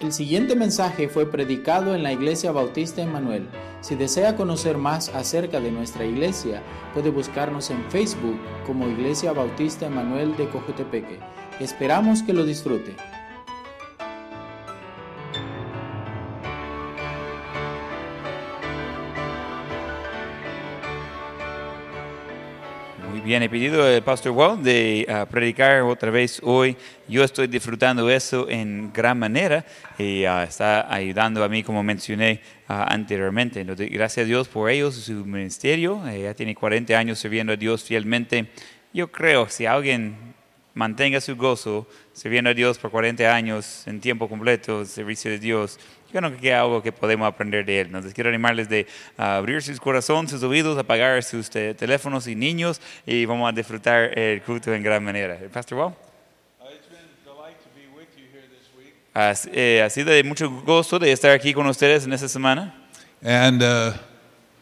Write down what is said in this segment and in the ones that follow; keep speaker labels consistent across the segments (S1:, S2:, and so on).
S1: El siguiente mensaje fue predicado en la Iglesia Bautista Emanuel. Si desea conocer más acerca de nuestra iglesia, puede buscarnos en Facebook como Iglesia Bautista Emanuel de Cojutepeque. Esperamos que lo disfrute.
S2: Muy bien, he pedido al Pastor Wall de ah, predicar otra vez hoy. Yo estoy disfrutando eso en gran manera y ah, está ayudando a mí, como mencioné ah, anteriormente. Lo doy Gracias a Dios por ellos, su ministerio. Eh, ya tiene 40 años sirviendo a Dios fielmente. Yo creo, si alguien mantenga su gozo sirviendo a Dios por 40 años en tiempo completo, servicio de Dios. Yo creo que es algo que podemos aprender de Él. Entonces quiero animarles de ah, abrir sus corazones, sus oídos, apagar sus te- teléfonos y niños y vamos a disfrutar el culto en gran manera. Pastor Wall.
S3: Uh, It's been a delight to be with you here this week.
S2: Ha eh, ha sido de mucho gusto de estar aquí con ustedes en esta semana.
S3: And uh,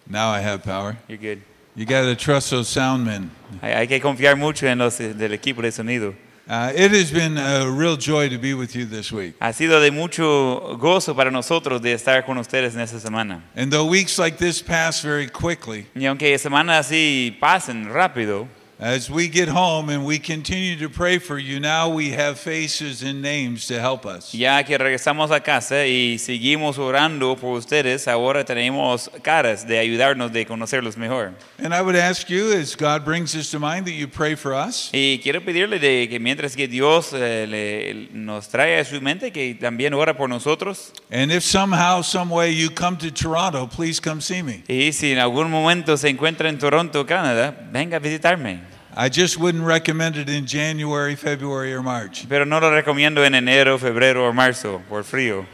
S3: now I have power.
S2: You're good.
S3: You got to trust those sound men.
S2: Hay, hay que confiar mucho en los eh, del equipo de sonido.
S3: Uh, it has been a real joy to be with you this week.
S2: Ha sido de mucho gozo para nosotros de estar con ustedes en esta semana.
S3: And though weeks like this pass very quickly,
S2: Y aunque semanas así pasen rápido,
S3: as we get home and we continue to pray for you, now we have faces and names to help us.
S2: ya que regresamos a casa y seguimos orando por ustedes, ahora tenemos caras de ayudarnos de conocerlos mejor.
S3: And I would ask you, as God brings this to mind, that you pray for us.
S2: Y quiero pedirle de que mientras que Dios eh, le- nos trae a su mente, que también ora por nosotros.
S3: And if somehow, some way you come to Toronto, please come see me.
S2: Y si en algún momento se encuentra en Toronto, Canadá, venga a visitarme.
S3: I just wouldn't recommend it in January, February, or March.
S2: Pero no lo recomiendo en enero, febrero o marzo, por frío.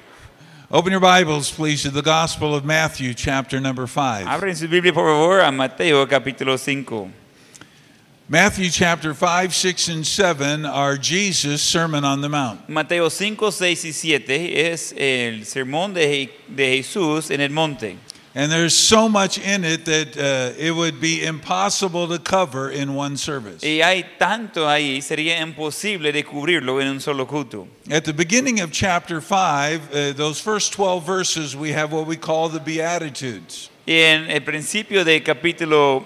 S3: Open your Bibles, please, to the Gospel of Matthew, chapter number 5.
S2: Abren su Biblia, por favor, a Mateo capítulo 5.
S3: Matthew chapter 5, 6, and 7 are Jesus' Sermon on the Mount.
S2: Mateo 5, 6 y 7 es el sermón de, Je- de Jesús en el monte.
S3: And there's so much in it that uh, it would be impossible to cover in one service.
S2: Y hay tanto ahí, sería imposible de cubrirlo en un solo culto.
S3: At the beginning of chapter 5, uh, those first 12 verses, we have what we call the Beatitudes.
S2: Y en el principio del capítulo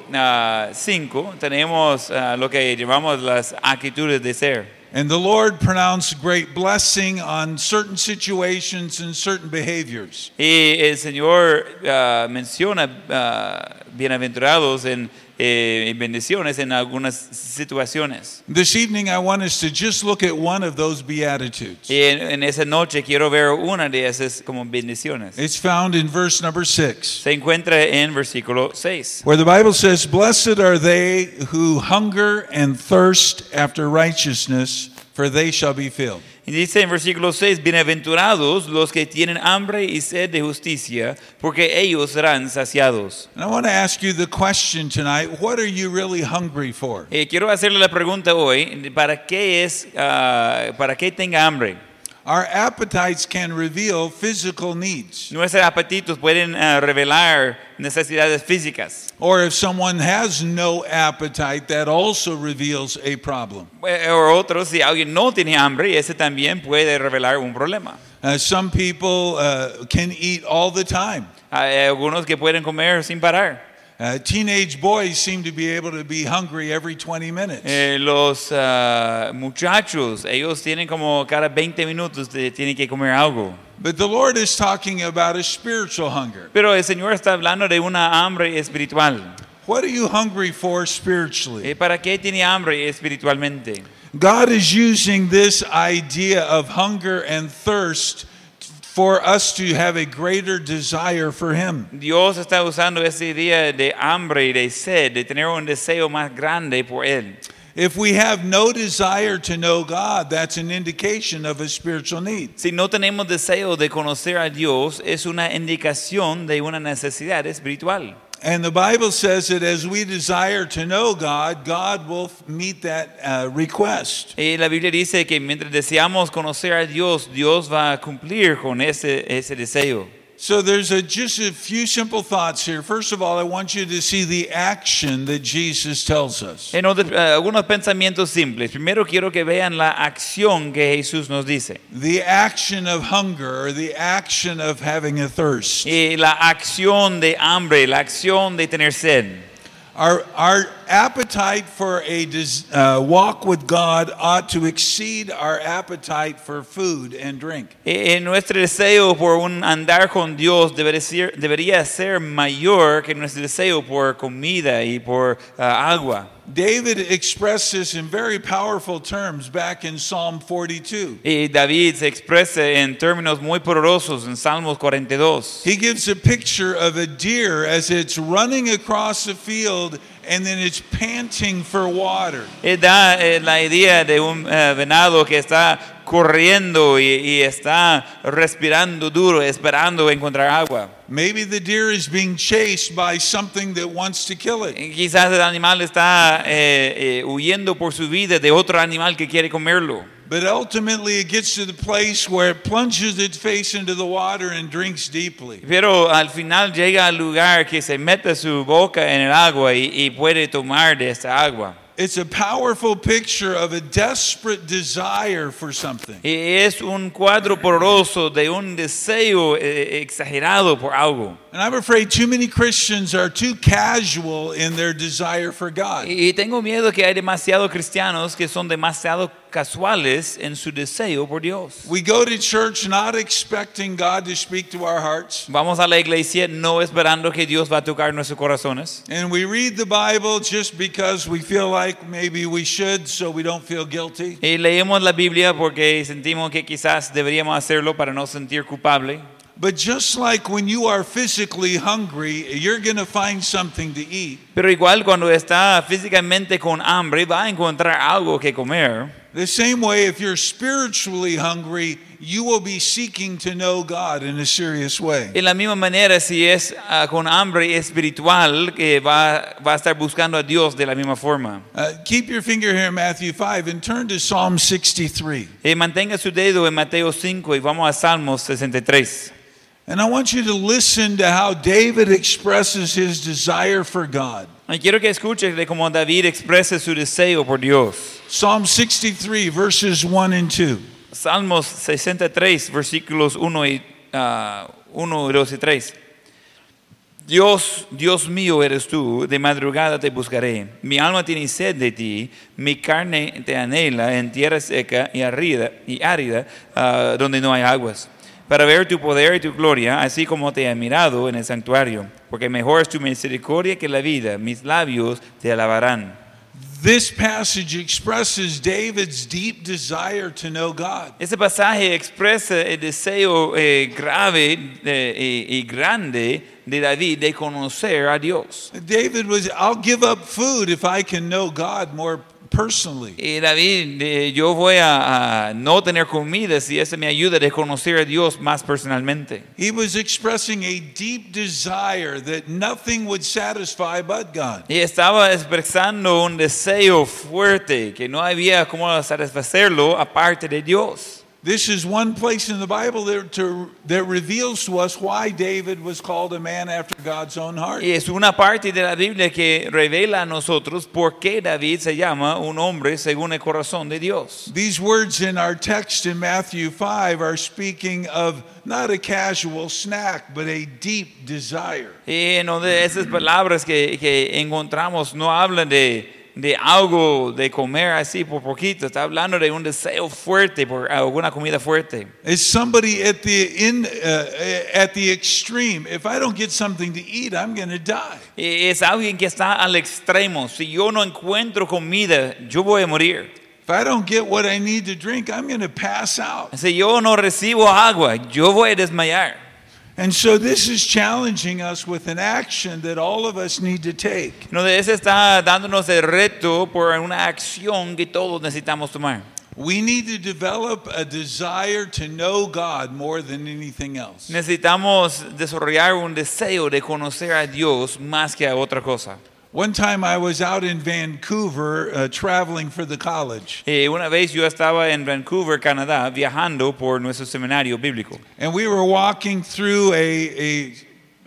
S2: 5 tenemos ah, lo que llamamos las actitudes de ser.
S3: And the Lord pronounced great blessing on certain situations and certain behaviors.
S2: Y el Señor ah, menciona ah, bienaventurados en, eh, en bendiciones en algunas situaciones.
S3: This evening, I want us to just look at one of those Beatitudes.
S2: Y en, en esa noche quiero ver una de esas como bendiciones.
S3: It's found in verse number six,
S2: Se encuentra en versículo 6.
S3: where the Bible says, Blessed are they who hunger and thirst after righteousness, for they shall be filled.
S2: Y dice en versículo 6, bienaventurados los que tienen hambre y sed de justicia, porque ellos serán saciados.
S3: And I want to ask you the question tonight what are you really hungry for?
S2: Eh, quiero hacerle la pregunta hoy, ¿para qué es, ah, para qué tenga hambre?
S3: Our appetites can reveal physical needs.
S2: Nuestros apetitos pueden ah, revelar necesidades físicas.
S3: Or if someone has no appetite, that also reveals a problem.
S2: Eh, O otros, si alguien no tiene hambre, ese también puede revelar un problema.
S3: Uh, some people uh, can eat all the time.
S2: Hay algunos que pueden comer sin parar.
S3: Uh, teenage boys seem to be able to be hungry every 20 minutes.
S2: Eh, los ah, muchachos, ellos tienen como cada 20 minutos de- tienen que comer algo.
S3: But the Lord is talking about a spiritual hunger.
S2: Pero el Señor está hablando de una hambre espiritual.
S3: What are you hungry for spiritually?
S2: Eh, ¿Para qué tiene hambre espiritualmente?
S3: God is using this idea of hunger and thirst for us to have a greater desire for Him.
S2: Dios está usando ese día de hambre y de sed, de tener un deseo más grande por Él.
S3: If we have no desire to know God, that's an indication of a spiritual need.
S2: Si no tenemos deseo de conocer a Dios, es una indicación de una necesidad espiritual.
S3: And the Bible says that as we desire to know God, God will f- meet that uh, request.
S2: Y Eh, la Biblia dice que mientras deseamos conocer a Dios, Dios va a cumplir con ese, ese deseo.
S3: So there's a, just a few simple thoughts here. First of all, I want you to see the action that Jesus tells us.
S2: En otro- eh, algunos pensamientos simples. Primero quiero que vean la acción que Jesús nos dice.
S3: The action of hunger or the action of having a thirst.
S2: Y la acción de hambre, la acción de tener sed.
S3: Our, our appetite for a des, uh, walk with God ought to exceed our appetite for food and drink.
S2: Eh, eh, nuestro deseo por un andar con Dios debería ser, debería ser mayor que nuestro deseo por comida y por ah, agua.
S3: David expressed this in very powerful terms back in Psalm 42.
S2: Y David se expresa en términos muy poderosos en Salmos 42.
S3: He gives a picture of a deer as it's running across the field and then it's panting for water.
S2: Él da eh, la idea de un eh, venado que está corriendo y, y está respirando duro, esperando encontrar agua.
S3: Maybe the deer is being chased by something that wants to kill it.
S2: Eh, Quizás el animal está eh, eh, huyendo por su vida de otro animal que quiere comerlo.
S3: But ultimately, it gets to the place where it plunges its face into the water and drinks deeply.
S2: Pero al final llega al lugar que se mete su boca en el agua y, y puede tomar de esa agua.
S3: It's a powerful picture of a desperate desire for something.
S2: Y es un cuadro poroso de un deseo eh, exagerado por algo.
S3: And I'm afraid too many Christians are too casual in their desire for God.
S2: Y y tengo miedo que hay demasiados cristianos que son demasiado casuales en su deseo por Dios.
S3: We go to church not expecting God to speak to our hearts.
S2: Vamos a la iglesia no esperando que Dios va a tocar nuestros corazones.
S3: And we read the Bible just because we feel like maybe we should so we don't feel guilty.
S2: Y leemos la Biblia porque sentimos que quizás deberíamos hacerlo para no sentir culpable.
S3: But just like when you are physically hungry, you're going to find something to eat.
S2: Pero igual cuando está físicamente con hambre va a encontrar algo que comer.
S3: The same way, if you're spiritually hungry, you will be seeking to know God in a serious way.
S2: De la misma manera, si es ah, con hambre espiritual, que va, va a estar buscando a Dios de la misma forma.
S3: Uh, keep your finger here in Matthew 5 and turn to Psalm 63.
S2: Eh, mantenga su dedo en Mateo 5 y vamos a Salmos 63.
S3: And I want you to listen to how David expresses his desire for God.
S2: Y quiero que escuches de cómo David expresa su deseo por Dios.
S3: Psalm 63, verses 1 and 2.
S2: Salmos 63, versículos 1 y, ah, 1, 2 y 3. Dios, Dios mío eres tú, de madrugada te buscaré. Mi alma tiene sed de ti, mi carne te anhela en tierra seca y árida, y árida ah, donde no hay aguas. Para ver tu poder y tu gloria, así como te he mirado en el santuario, porque mejor es tu misericordia que la vida, mis labios te alabarán.
S3: This passage expresses David's deep desire to know God.
S2: Este pasaje expresa el deseo eh, grave eh, y, y grande de David de conocer a Dios.
S3: David was, I'll give up food if I can know God more personally.
S2: Y David, eh, yo voy a, a no tener comida si eso me ayuda a conocer a Dios más personalmente.
S3: He was expressing a deep desire that nothing would satisfy but God.
S2: Y estaba expresando un deseo fuerte que no había cómo satisfacerlo aparte de Dios.
S3: This is one place in the Bible that, to, that reveals to us why David was called a man after God's own heart.
S2: Y es una parte de la Biblia que revela a nosotros por qué David se llama un hombre según el corazón de Dios.
S3: These words in our text in Matthew 5 are speaking of not a casual snack, but a deep desire.
S2: Y no de esas palabras que, que encontramos no hablan de, de algo de comer así por poquito, está hablando de un deseo fuerte por alguna comida fuerte.
S3: Is somebody at the in, uh, at the extreme? If I don't get something to eat, I'm going to die.
S2: Y E, es alguien que está al extremo. Si yo no encuentro comida, yo voy a morir.
S3: If I don't get what I need to drink, I'm going to pass out.
S2: Si yo no recibo agua, yo voy a desmayar.
S3: And so this is challenging us with an action that all of us need to take.
S2: No de eso está dándonos el reto por una acción que todos necesitamos tomar.
S3: We need to develop a desire to know God more than anything else.
S2: Necesitamos desarrollar un deseo de conocer a Dios más que a otra cosa.
S3: One time I was out in Vancouver uh, traveling for the college,
S2: Eh, una vez yo estaba en Vancouver, Canadá, viajando por nuestro seminario bíblico.
S3: and we were walking through a,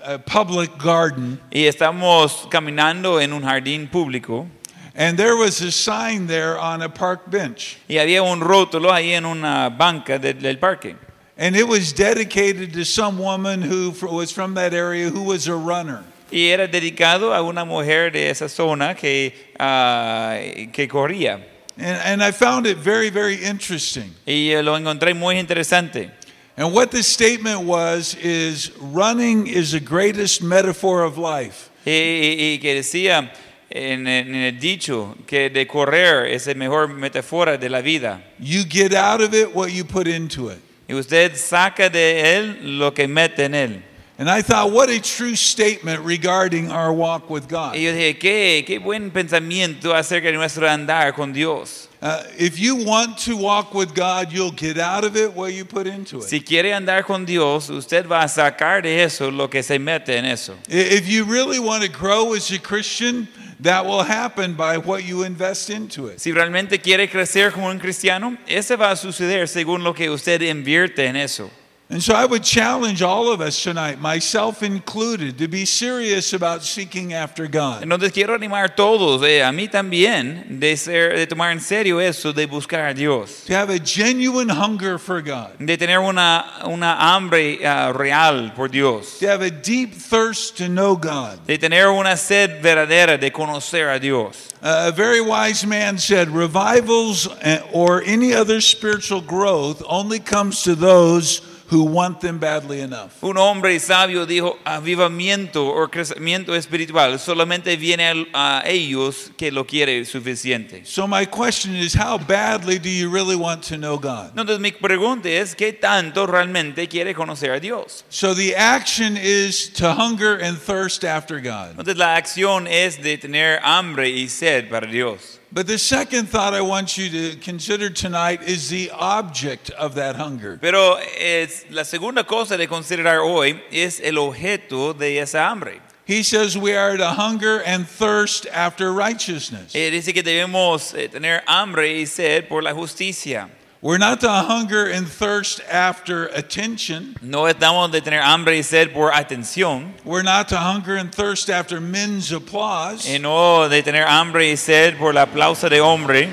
S3: a, a public garden,
S2: Y estamos caminando en un jardín público
S3: and there was a sign there on a park bench,
S2: y había un rótulo ahí en una banca de- del parque.
S3: and it was dedicated to some woman who fr- was from that area who was a runner.
S2: Y era dedicado a una mujer de esa zona que, ah, que corría.
S3: And, and I found it very, very interesting.
S2: Y eh, lo encontré muy interesante.
S3: And what this statement was is running is the greatest metaphor of life.
S2: Y, y- y que decía en, en el dicho que de correr es la mejor metáfora de la vida.
S3: You get out of it what you put into it.
S2: Y usted saca de él lo que mete en él.
S3: And I thought, what a true statement regarding our walk with
S2: Y
S3: God.
S2: yo dije, qué, qué buen pensamiento acerca de nuestro andar con Dios.
S3: Uh, if you want to walk with God, you'll get out of it what you put into it.
S2: Si quiere andar con Dios, usted va a sacar de eso lo que se mete en eso.
S3: I- If you really want to grow as a Christian, that will happen by what you invest into it.
S2: Si realmente quiere crecer como un cristiano, eso va a suceder según lo que usted invierte en eso.
S3: And so I would challenge all of us tonight, myself included, to be serious about seeking after God.
S2: Entonces quiero animar a todos, eh, a mí también, de, ser, de tomar en serio eso, de buscar a Dios,
S3: To have a genuine hunger for God,
S2: de tener una, una hambre ah, real por Dios,
S3: to have a deep thirst to know God.
S2: de tener una sed verdadera de conocer a Dios.
S3: A very wise man said, Revivals eh, or any other spiritual growth only comes to those who want them badly enough.
S2: Un hombre sabio dijo, avivamiento o crecimiento espiritual solamente viene al- a ellos que lo quiere suficiente.
S3: So, my question is, how badly do you really want to know God?
S2: Entonces mi pregunta es, ¿qué tanto realmente quiere conocer a Dios?
S3: So, the action is to hunger and thirst after God.
S2: Entonces la acción es de tener hambre y sed para Dios.
S3: But the second thought I want you to consider tonight is the object of that hunger.
S2: Pero es, la segunda cosa de considerar hoy es el objeto de esa hambre.
S3: He says we are to hunger and thirst after righteousness.
S2: Eh, dice que debemos eh, tener hambre y sed por la justicia.
S3: We're not to hunger and thirst after attention.
S2: No estamos de tener hambre y sed por atención.
S3: We're not to hunger and thirst after men's applause,
S2: Y no oh, de tener hambre y sed por la aplauso de hombre,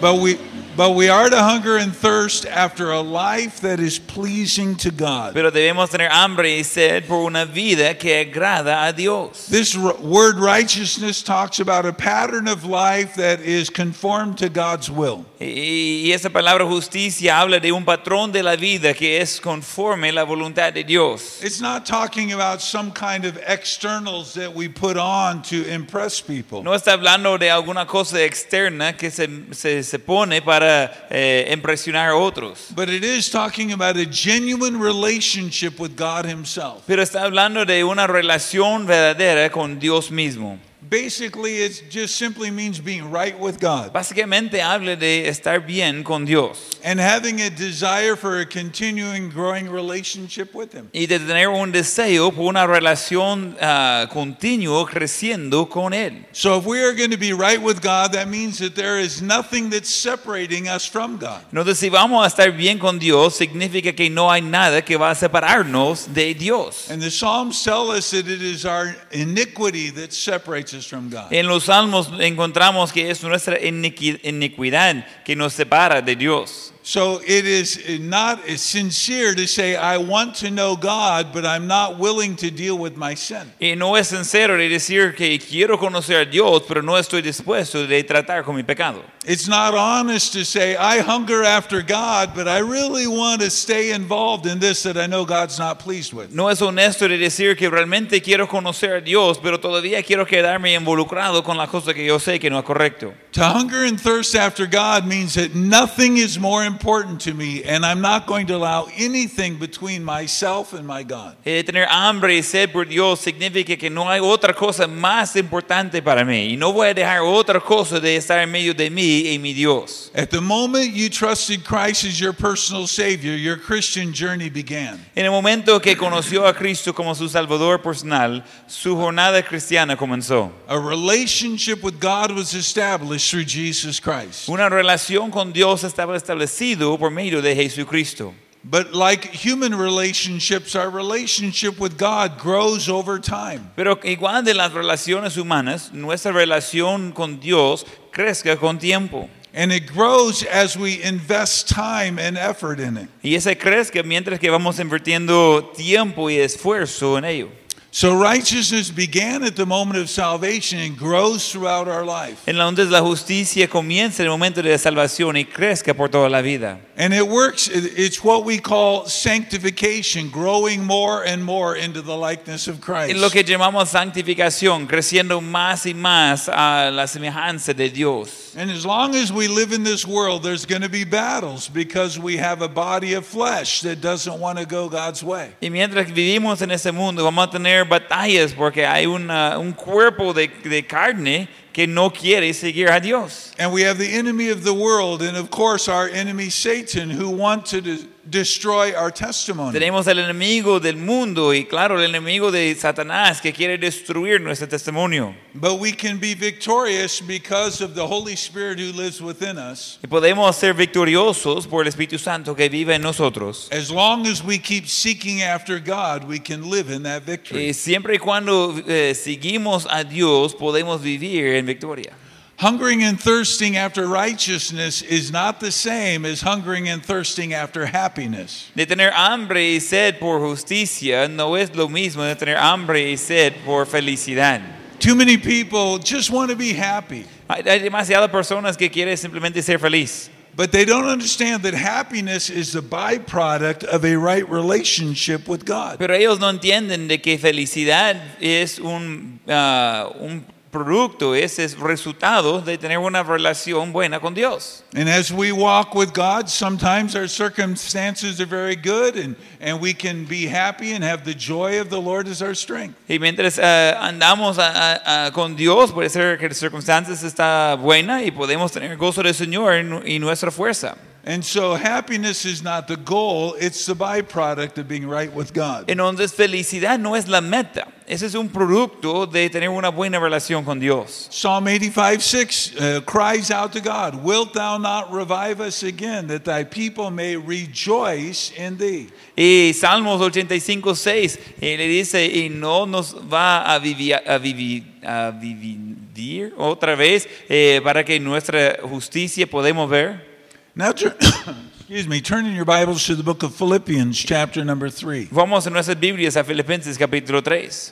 S3: but we but we are to hunger and thirst after a life that is pleasing to God.
S2: pero debemos tener hambre y sed por una vida que agrada a Dios.
S3: This r- word righteousness talks about a pattern of life that is conformed to God's will.
S2: Y, y esa palabra justicia habla de un patrón de la vida que es conforme a la voluntad de Dios.
S3: It's not talking about some kind of externals that we put on to impress people.
S2: No está hablando de alguna cosa externa que se, se, se pone para eh, impresionar a otros.
S3: But it is talking about a genuine relationship with God Himself.
S2: Pero está hablando de una relación verdadera con Dios mismo.
S3: Basically, it just simply means being right with God.
S2: Básicamente habla de estar bien con Dios.
S3: and having a desire for a continuing growing relationship with him
S2: y de tener un deseo por una relación ah, continua creciendo con Él.
S3: so if we are going to be right with god that means that there is nothing that's separating us from god
S2: Entonces, si vamos a estar bien con Dios, significa que no hay nada que va a separarnos de Dios.
S3: and the psalms tell us that it is our iniquity that separates us from god
S2: En los salmos encontramos que es nuestra iniqui- iniquidad que nos separa de Dios.
S3: so it is not sincere to say i want to know god but i'm not willing to deal with my sin
S2: Y no es sincero de decir que quiero conocer a Dios, pero no estoy dispuesto de tratar con mi pecado.
S3: it's not honest to say i hunger after god but i really want to stay involved in this that i know god's not pleased with
S2: No es honesto de decir que realmente quiero conocer a Dios, pero todavía quiero quedarme involucrado con las cosas que yo sé que no es correcto.
S3: To hunger and thirst after God means that nothing is more important to me, and I'm not going to allow anything between myself and my God.
S2: Eh, tener hambre y sed por Dios significa que no hay otra cosa más importante para mí. Y no voy a dejar otra cosa de estar en medio de mí y mi Dios.
S3: At the moment you trusted Christ as your personal Savior, your Christian journey began.
S2: En el momento que conoció a Cristo como su Salvador personal, su jornada cristiana comenzó.
S3: A relationship with God was established through Jesus Christ.
S2: Una relación con Dios estaba establecido por medio de Jesucristo.
S3: But like human relationships, our relationship with God grows over time.
S2: Pero igual de las relaciones humanas, nuestra relación con Dios crezca con tiempo.
S3: And it grows as we invest time and effort in it.
S2: Y ese crezca mientras que vamos invirtiendo tiempo y esfuerzo en ello.
S3: So righteousness began at the moment of salvation and grows throughout our life.
S2: En la donde la justicia comienza en el momento de la salvación y crezca por toda la vida.
S3: And it works, it- it's what we call sanctification, growing more and more into the likeness of Christ.
S2: Es lo que llamamos santificación, creciendo más y más a la semejanza de Dios.
S3: And as long as we live in this world, there's going to be battles because we have a body of flesh that doesn't want to go God's way.
S2: Y mientras que vivimos en este mundo vamos a tener batallas porque hay una- un cuerpo de, de carne que no quiere seguir a Dios.
S3: And we have the enemy of the world, and of course, our enemy Satan, who want to de- destroy our testimony.
S2: Tenemos al enemigo del mundo y claro, el enemigo de Satanás que quiere destruir nuestro testimonio.
S3: But we can be victorious because of the Holy Spirit who lives within us,
S2: Y podemos ser victoriosos por el Espíritu Santo que vive en nosotros.
S3: as long as we keep seeking after God. We can live in that victory.
S2: Y siempre y cuando eh, seguimos a Dios podemos vivir en victoria.
S3: Hungering and thirsting after righteousness is not the same as hungering and thirsting after happiness.
S2: De tener hambre y sed por justicia no es lo mismo de tener hambre y sed por felicidad.
S3: Too many people just want to be happy,
S2: Hay, hay demasiadas personas que quieren simplemente ser feliz,
S3: but they don't understand that happiness is the byproduct of a right relationship with God.
S2: pero ellos no entienden de que felicidad es un, ah, un producto, ese es resultado de tener una relación buena con Dios.
S3: And as we walk with God, sometimes our circumstances are very good and, and we can be happy and have the joy of the Lord as our strength.
S2: Y mientras ah, andamos ah, ah, ah, con Dios, puede ser que las circunstancias está buena y podemos tener gozo del Señor y nu- y nuestra fuerza.
S3: And so happiness is not the goal, it's the byproduct of being right with God.
S2: Entonces felicidad no es la meta, ese es un producto de tener una buena relación con Dios.
S3: Psalm 85 6 uh, cries out to God, Wilt thou not revive us again, that thy people may rejoice in thee?
S2: Y Salmos 85, 6 le dice, y no nos va a, vivi- a vivi- a vivir otra vez eh, para que nuestra justicia podemos ver.
S3: Now, turn, excuse me, turn in your Bibles to the book of Philippians, chapter number three.
S2: Vamos en nuestras Biblias a Filipenses capítulo 3.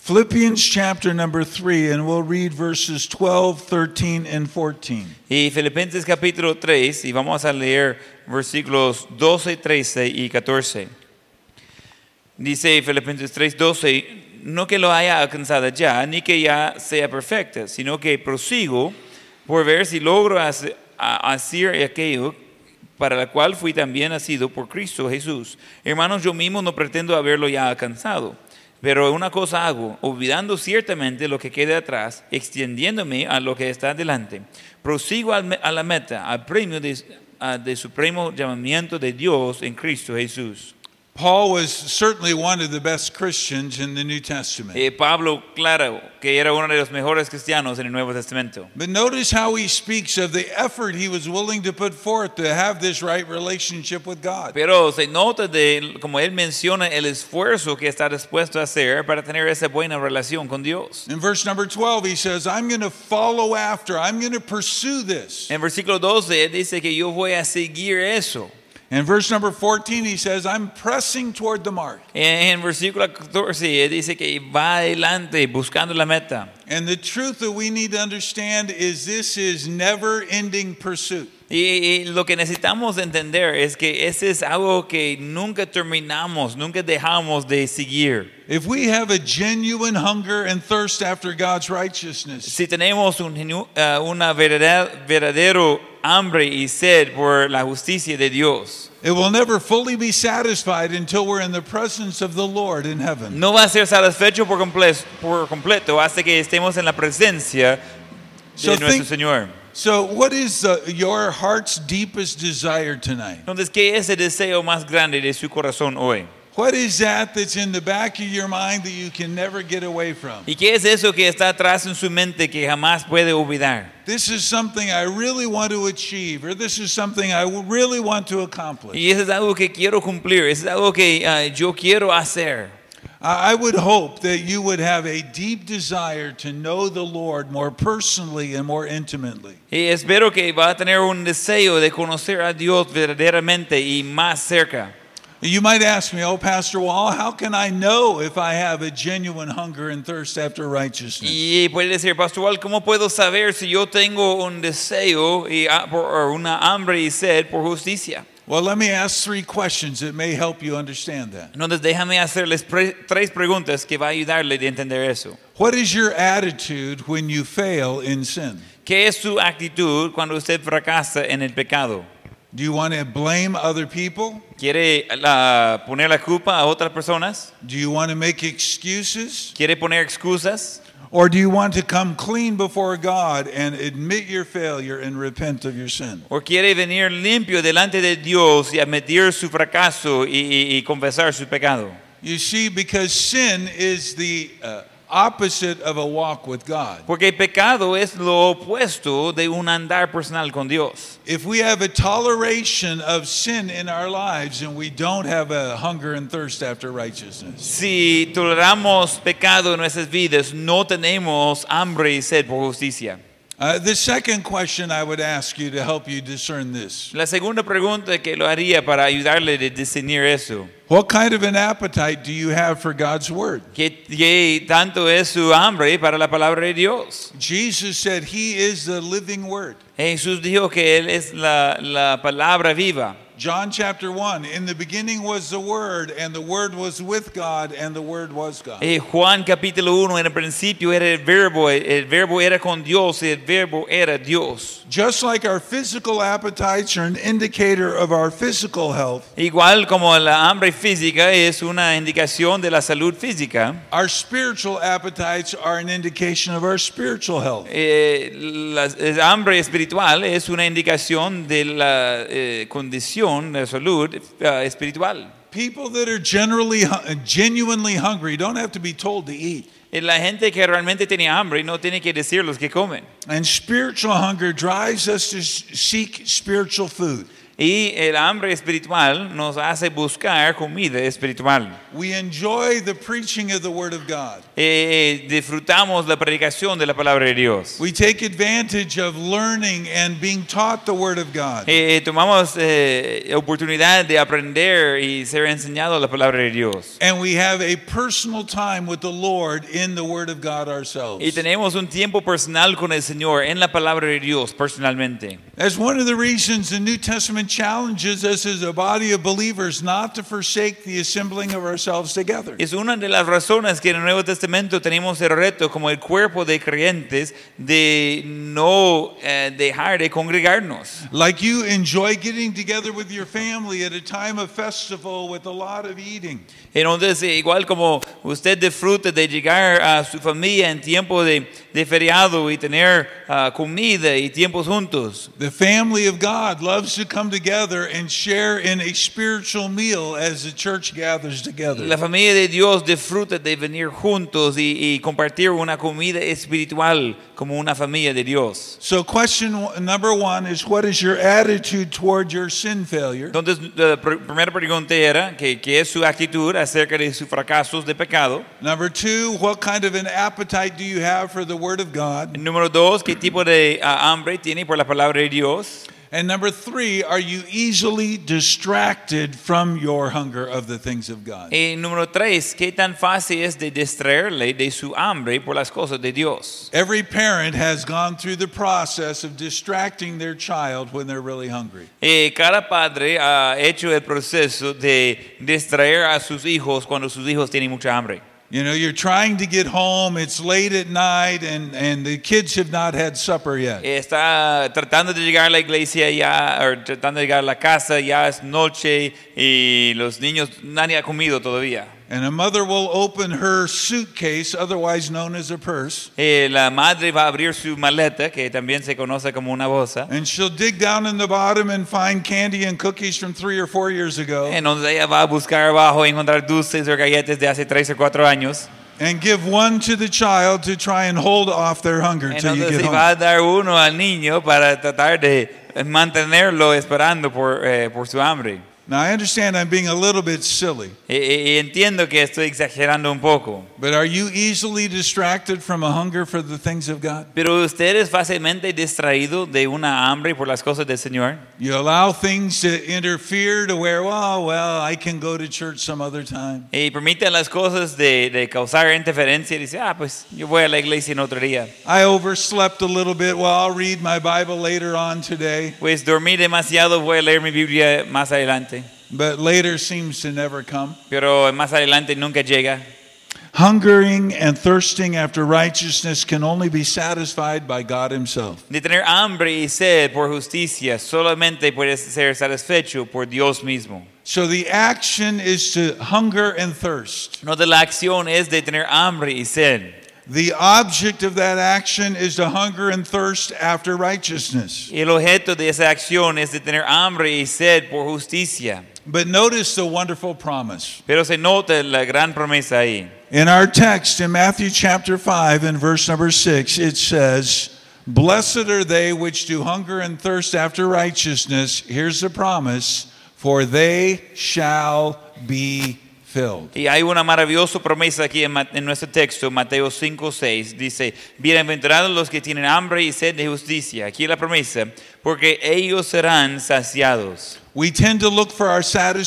S3: Philippians, chapter number three, and we'll read verses 12, 13, and 14.
S2: Y Filipenses capítulo 3, y vamos a leer versículos 12, 13 y 14. Dice Filipenses 3, 12, no que lo haya alcanzado ya, ni que ya sea perfecta, sino que prosigo por ver si logro hace- a- hacer aquello para la cual fui también nacido por Cristo Jesús. Hermanos, yo mismo no pretendo haberlo ya alcanzado, pero una cosa hago, olvidando ciertamente lo que queda atrás, extendiéndome a lo que está delante. Prosigo al me- a la meta, al premio de, a- de supremo llamamiento de Dios en Cristo Jesús.
S3: Paul was certainly one of the best Christians in the New Testament.
S2: Eh, Pablo, claro, que era uno de los mejores cristianos en el Nuevo Testamento.
S3: But notice how he speaks of the effort he was willing to put forth to have this right relationship with God.
S2: Pero se nota, de, como él menciona, el esfuerzo que está dispuesto a hacer para tener esa buena relación con Dios.
S3: In verse number 12, he says, I'm going to follow after, I'm going to pursue this.
S2: En versículo 12 él dice que yo voy a seguir eso.
S3: In verse number 14, he says, I'm pressing toward the mark.
S2: En, en versículo 14 él dice que va adelante buscando la meta.
S3: And the truth that we need to understand is this is never ending pursuit.
S2: Y, y lo que necesitamos entender es que ese es algo que nunca terminamos, nunca dejamos de seguir.
S3: If we have a genuine hunger and thirst after God's righteousness,
S2: si tenemos un, genu- ah, una verdadera- eh, verdadero hambre y sed por la justicia de Dios.
S3: It will never fully be satisfied until we're in the presence of the Lord in heaven.
S2: No va a ser satisfecho por, comple- por completo hasta que estemos en la presencia de
S3: So
S2: nuestro
S3: think-
S2: Señor.
S3: So, what is uh, your heart's deepest desire tonight?
S2: Entonces, ¿qué es el deseo más grande de su corazón hoy?
S3: What is that that's in the back of your mind that you can never get away from?
S2: ¿Y qué es eso que está atrás en su mente que jamás puede olvidar?
S3: This is something I really want to achieve, or this is something I w- really want to accomplish.
S2: Y eso es algo que quiero cumplir, eso es algo que ah, yo quiero hacer.
S3: I I would hope that you would have a deep desire to know the Lord more personally and more intimately.
S2: Y espero que va a tener un deseo de conocer a Dios verdaderamente y más cerca.
S3: You might ask me, Oh, Pastor Wall, how can I know if I have a genuine hunger and thirst after righteousness?
S2: Y puede decir, Pastor Wal, ¿cómo puedo saber si yo tengo un deseo y ah, por- o una hambre y sed por justicia?
S3: Well, let me ask three questions that may help you understand that.
S2: Entonces déjame hacerles pre- tres preguntas que va a ayudarle a entender eso.
S3: What is your attitude when you fail in sin?
S2: ¿Qué es su actitud cuando usted fracasa en el pecado?
S3: Do you want to blame other people?
S2: ¿Quiere la- poner la culpa a otras personas?
S3: Do you want to make excuses?
S2: ¿Quiere poner excusas?
S3: Or do you want to come clean before God and admit your failure and repent of your sin?
S2: ¿O quiere venir limpio delante de Dios y admitir su fracaso y, y- y confesar su pecado?
S3: You see, because sin is the uh, opposite of a walk with God.
S2: Porque el pecado es lo opuesto de un andar personal con Dios.
S3: If we have a toleration of sin in our lives and we don't have a hunger and thirst after righteousness,
S2: Si toleramos pecado en nuestras vidas, no tenemos hambre y sed por justicia.
S3: uh, the second question I would ask you to help you discern this
S2: La segunda pregunta que lo haría para ayudarle a diseñar eso,
S3: What kind of an appetite do you have for God's word?
S2: ¿qué, qué tanto es su hambre para la palabra de Dios?
S3: Jesus said, He is the living word.
S2: Jesús dijo que Él es la, la palabra viva.
S3: John chapter 1 In the beginning was the Word, and the Word was with God, and the Word was God.
S2: Eh, Juan capítulo 1, en el principio era el verbo, el- el verbo era con Dios y el verbo era Dios.
S3: Just like our physical appetites are an indicator of our physical health,
S2: Igual como la hambre física es una indicación de la salud física,
S3: our spiritual appetites are an indication of our spiritual health.
S2: Eh, la, el hambre espiritual es una indicación de la eh, condición de salud eh, espiritual.
S3: People that are generally hu- uh, genuinely hungry don't have to be told to eat.
S2: Eh, La gente que realmente tiene hambre no tiene que decir los que comen.
S3: And spiritual hunger drives us to s- seek spiritual food.
S2: Y el hambre espiritual nos hace buscar comida espiritual.
S3: We enjoy the preaching of the Word of God.
S2: Eh, eh, disfrutamos la predicación de la palabra de Dios.
S3: We take advantage of learning and being taught the Word of God.
S2: Eh, eh, tomamos eh, oportunidad de aprender y ser enseñado la palabra de Dios.
S3: And we have a personal time with the Lord in the Word of God ourselves.
S2: Y tenemos un tiempo personal con el Señor en la palabra de Dios personalmente.
S3: That's one of the reasons the New Testament challenges us as a body of believers not to forsake the assembling of ourselves together.
S2: Es una de las razones que en el Nuevo Testamento tenemos el reto como el cuerpo de creyentes de no eh, dejar de congregarnos.
S3: Like you enjoy getting together with your family at a time of festival with a lot of eating.
S2: Entonces, eh, igual como usted disfruta de llegar a su familia en tiempo de, de feriado y tener ah, comida y tiempos juntos.
S3: The family of God loves to come together and share in a spiritual meal as the church gathers together.
S2: La familia de Dios disfruta de venir juntos y, y compartir una comida espiritual como una familia de Dios.
S3: So, question w- number one is what is your attitude toward your sin failure?
S2: Entonces, la pr- primera pregunta era que, qué es su actitud acerca de sus fracasos de pecado.
S3: Number two, what kind of an appetite do you have for the Word of God?
S2: Número dos, ¿qué tipo de ah, hambre tiene por la palabra de Dios?
S3: And number three, are you easily distracted from your hunger of the things of God?
S2: Y número tres, ¿qué tan fácil es de distraerle de su hambre por las cosas de Dios?
S3: Every parent has gone through the process of distracting their child when they're really hungry.
S2: Eh, cada padre ha hecho el proceso de distraer a sus hijos cuando sus hijos tienen mucha hambre.
S3: You know, you're trying to get home, it's late at night, and, and the kids have not had supper yet.
S2: Eh, Está tratando de llegar a la iglesia ya, o tratando de llegar a la casa, ya es noche y los niños, nadie ha comido todavía.
S3: And a mother will open her suitcase, otherwise known as a purse,
S2: Eh, la madre va a abrir su maleta, que también se conoce como una bolsa,
S3: and she'll dig down in the bottom and find candy and cookies from three or four years ago
S2: en donde ella va a buscar abajo y encontrar dulces o galletas de hace 3 o 4 años.
S3: and give one to the child to try and hold off their hunger till you
S2: Entonces
S3: get
S2: se va
S3: home.
S2: a dar uno al niño para tratar de mantenerlo esperando por, eh, por su hambre.
S3: Now, I understand I'm being a little bit silly,
S2: Y- y- y entiendo que estoy exagerando un poco,
S3: but are you easily distracted from a hunger for the things of God?
S2: pero usted es fácilmente distraído de una hambre por las cosas del Señor.
S3: You allow things to interfere to where, well, well, I can go to church some other time.
S2: Y permite a las cosas de, de causar interferencia y dice, ah, pues yo voy a la iglesia en otro día.
S3: I overslept a little bit. Well, I'll read my Bible later on today.
S2: Pues dormí demasiado, voy a leer mi Biblia más adelante.
S3: But later seems to never come.
S2: Pero más adelante nunca llega.
S3: Hungering and thirsting after righteousness can only be satisfied by God Himself.
S2: De tener hambre y sed por justicia solamente puede ser satisfecho por Dios mismo.
S3: So the action is to hunger and thirst.
S2: No de la acción es de tener hambre y sed.
S3: The object of that action is to hunger and thirst after righteousness.
S2: Y el objeto de esa acción es de tener hambre y sed por justicia.
S3: But notice the wonderful promise.
S2: Pero se nota la gran promesa ahí.
S3: In our text in Matthew chapter 5 and verse number 6, it says, Blessed are they which do hunger and thirst after righteousness. Here's the promise, for they shall be filled.
S2: Y hay una maravillosa promesa aquí en, Ma- en nuestro texto, Mateo 5, 6. Dice, bienaventurados los que tienen hambre y sed de justicia. Aquí la promesa, porque ellos serán saciados.
S3: We tend to look for our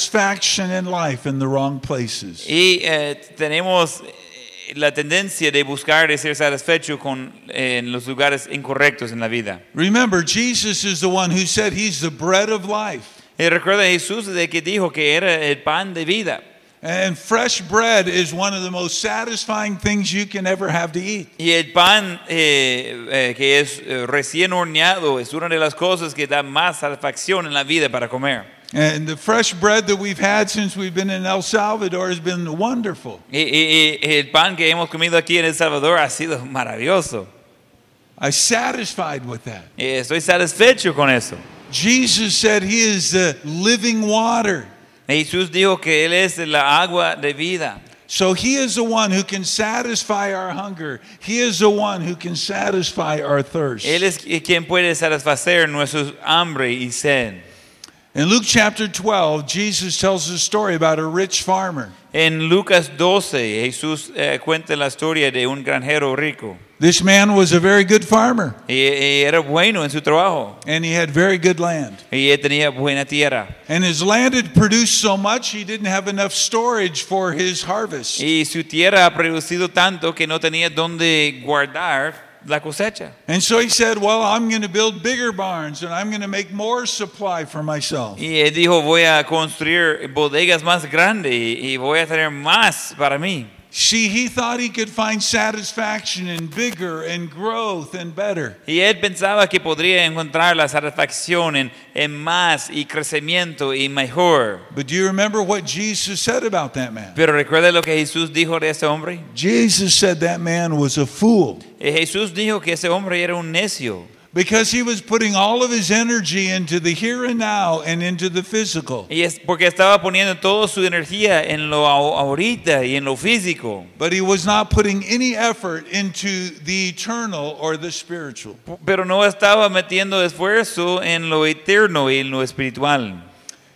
S3: satisfaction in life in the wrong places.
S2: Y eh, tenemos eh, la tendencia de buscar de ser satisfecho con, eh, en los lugares incorrectos en la vida.
S3: Remember, Jesus is the one who said he's the bread of life.
S2: Y recuerda a Jesús de que dijo que era el pan de vida.
S3: And fresh bread is one of the most satisfying things you can ever have to eat.
S2: Y el pan eh, eh, que es eh, recién horneado es una de las cosas que da más satisfacción en la vida para comer.
S3: And the fresh bread that we've had since we've been in El Salvador has been wonderful.
S2: Y, y- y el pan que hemos comido aquí en El Salvador ha sido maravilloso.
S3: I'm satisfied with that.
S2: Eh, Estoy satisfecho con eso.
S3: Jesus said he is the living water.
S2: Jesús dijo que Él es la agua de vida.
S3: So he is the one who can satisfy our hunger. He is the one who can satisfy our thirst.
S2: Él es qui- quien puede satisfacer nuestro hambre y sed.
S3: In Luke chapter 12, Jesus tells a story about a rich farmer.
S2: En Lucas 12, Jesús eh, cuenta la historia de un granjero rico.
S3: This man was a very good farmer
S2: Y, y era bueno en su trabajo.
S3: and he had very good land.
S2: Y él tenía buena tierra.
S3: And his land had produced so much he didn't have enough storage for his harvest.
S2: Y su tierra ha producido tanto que no tenía dónde guardar la cosecha.
S3: And so he said, Well, I'm going to build bigger barns and I'm going to make more supply for myself.
S2: Y él dijo, voy a construir bodegas más grandes y, y voy a tener más para mí.
S3: See, he thought he could find satisfaction in bigger and growth and better.
S2: Y él pensaba que podría encontrar la satisfacción en, en más y crecimiento y mejor.
S3: But do you remember what Jesus said about that man?
S2: Pero recuerda lo que Jesús dijo de ese hombre.
S3: Jesus said that man was a fool
S2: Eh, Jesús dijo que ese hombre era un necio
S3: because he was putting all of his energy into the here and now and into the physical.
S2: y es porque estaba poniendo toda su energía en lo a- ahorita y en lo físico,
S3: But he was not putting any effort into the eternal or the spiritual.
S2: P- pero no estaba metiendo esfuerzo en lo eterno y en lo espiritual.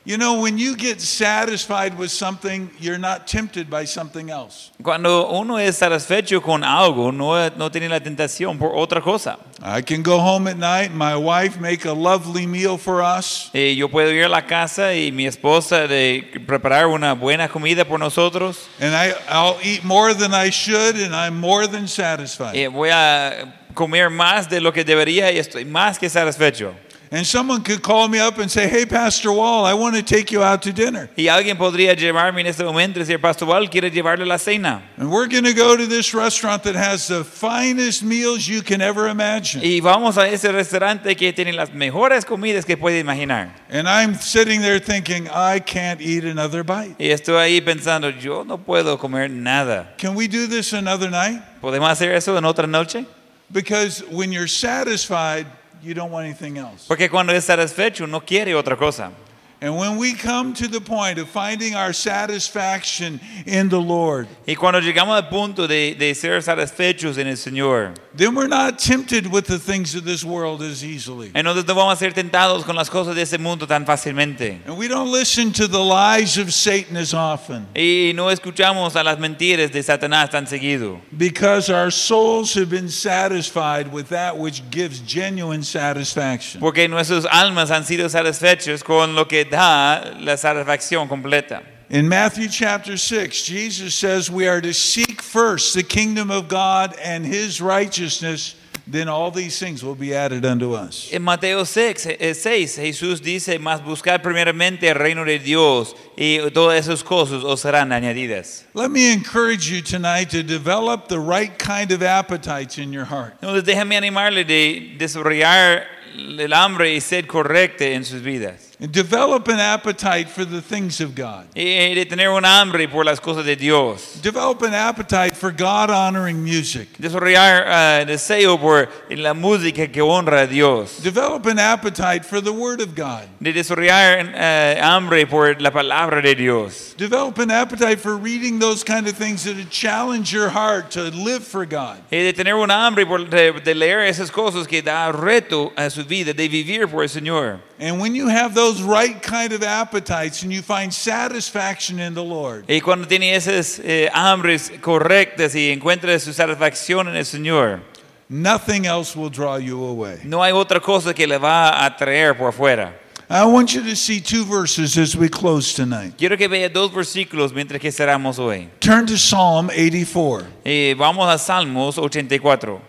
S3: You know, when you get satisfied with something, you're not tempted by something else.
S2: Cuando uno es satisfecho con algo, no, no tiene la tentación por otra cosa.
S3: I can go home at night, my wife make a lovely meal for us,
S2: Eh, yo puedo ir a la casa y mi esposa de preparar una buena comida por nosotros.
S3: and I, I'll eat more than I should, and I'm more than satisfied.
S2: Eh, voy a comer más de lo que debería y estoy más que satisfecho.
S3: And someone could call me up and say, Hey, Pastor Wall, I want to take you out to dinner.
S2: Y alguien podría llamarme en este momento y decir, Pastor Wall, quiere llevarle la cena.
S3: And we're going to go to this restaurant that has the finest meals you can ever imagine.
S2: Y vamos a ese restaurante que tiene las mejores comidas que puede imaginar.
S3: And I'm sitting there thinking, I can't eat another bite.
S2: Y estoy ahí pensando, yo no puedo comer nada.
S3: Can we do this another night?
S2: ¿Podemos hacer eso en otra noche?
S3: Because when you're satisfied, you don't want anything else.
S2: Porque cuando es satisfecho no quiere otra cosa.
S3: And when we come to the point of finding our satisfaction in the Lord,
S2: Y cuando llegamos al punto de, de ser satisfechos en el Señor,
S3: then we're not tempted with the things of this world as easily.
S2: entonces no vamos a ser tentados con las cosas de este mundo tan fácilmente.
S3: And we don't listen to the lies of Satan as often
S2: Y no escuchamos a las mentiras de Satanás tan seguido.
S3: because our souls have been satisfied with that which gives genuine satisfaction.
S2: Porque nuestras almas han sido satisfechas con lo que da la satisfacción completa.
S3: In Matthew chapter 6, Jesus says we are to seek first the kingdom of God and his righteousness, then all these things will be added unto us.
S2: En Mateo 6, eh, 6, Jesús dice, mas buscad primeramente el reino de Dios y todas esas cosas os serán añadidas.
S3: Let me encourage you tonight to develop the right kind of appetites in your heart.
S2: Entonces déjame animarle de desarrollar el hambre y sed correcta en sus vidas.
S3: And develop an appetite for the things of God.
S2: Y de tener un hambre por las cosas de Dios.
S3: Develop an appetite for God honoring music.
S2: Desarrollar ah, deseo por la música que honra a Dios.
S3: Develop an appetite for the Word of God.
S2: De desarrollar eh, hambre por la palabra de Dios.
S3: Develop an appetite for reading those kind of things that challenge your heart to live for God.
S2: Y de tener un hambre por, de, de leer esas cosas que da reto a su vida, de vivir por el Señor.
S3: And when you have those right kind of appetites and you find satisfaction in the Lord,
S2: Y cuando tiene esas eh, hambres correctas y encuentra su satisfacción en el Señor,
S3: nothing else will draw you away.
S2: no hay otra cosa que le va a atraer por fuera.
S3: I want you to see two verses as we close tonight.
S2: Quiero que vea dos versículos mientras que cerramos hoy.
S3: Turn to Psalm 84.
S2: Y vamos a Salmos 84.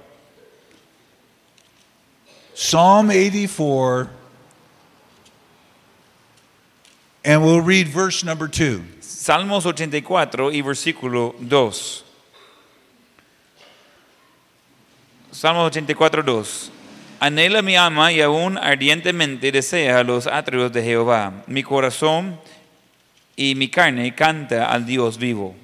S3: Psalm 84. And we'll read verse number 2.
S2: Salmos 84 y versículo 2. Salmos 84, 2. Anhela mi alma y aún ardientemente desea los atrios de Jehová. Mi corazón y mi carne canta al Dios vivo.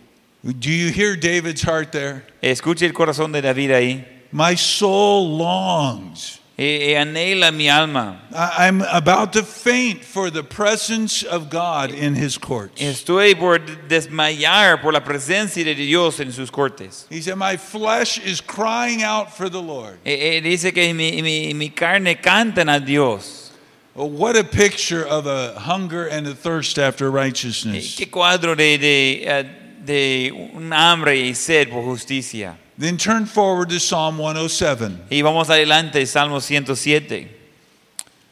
S3: Do you hear David's heart there?
S2: Escuche el corazón de David ahí.
S3: My soul longs.
S2: Eh, eh, anhela mi alma.
S3: I- I'm about to faint for the presence of God in his courts.
S2: Estoy por desmayar por la presencia de Dios en sus cortes.
S3: He said, My flesh is crying out for the Lord.
S2: Eh, eh, dice que mi, mi- mi carne cantan a Dios.
S3: Oh, what a picture of a hunger and a thirst after
S2: Eh,
S3: righteousness.
S2: ¿Qué cuadro de, de, eh, de un hambre y sed por justicia?
S3: Then turn forward to Psalm 107.
S2: Y vamos adelante, Salmo 107.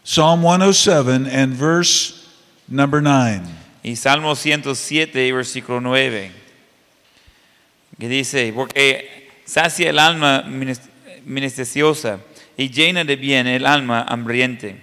S3: Psalm 107 and verse number 9.
S2: Y Salmo 107, versículo 9. Que dice, porque sacia el alma minis- ministeriosa y llena de bien el alma hambriente.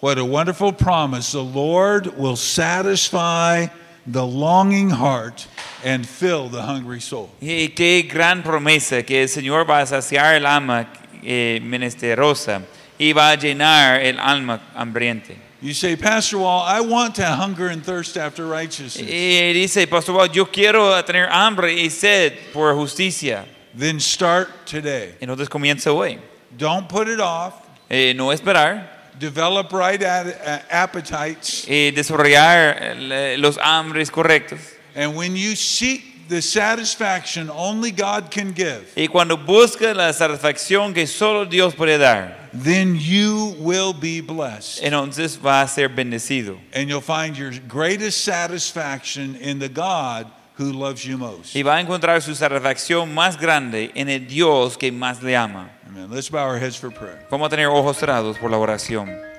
S3: What a wonderful promise. The Lord will satisfy the longing heart and fill the hungry soul.
S2: Y qué gran promesa que el Señor va a saciar el alma eh, ministeriosa y va a llenar el alma hambriente.
S3: You say, Pastor Wall, I want to hunger and thirst after righteousness.
S2: Y dice, Pastor Bob, yo quiero tener hambre y sed por justicia.
S3: Then start today.
S2: Entonces comienza hoy.
S3: Don't put it off.
S2: Eh, no esperar,
S3: Develop right ad- a- appetites.
S2: eh, desarrollar eh, los hambres correctos.
S3: And when you seek the satisfaction only God can give,
S2: Y cuando busca la satisfacción que solo Dios puede dar,
S3: then you will be blessed.
S2: entonces va a ser bendecido.
S3: And you'll find your greatest satisfaction in the God who loves you most.
S2: Y va a encontrar su satisfacción más grande en el Dios que más le ama.
S3: Amen. Let's bow our heads for prayer.
S2: Vamos a tener ojos cerrados por la oración.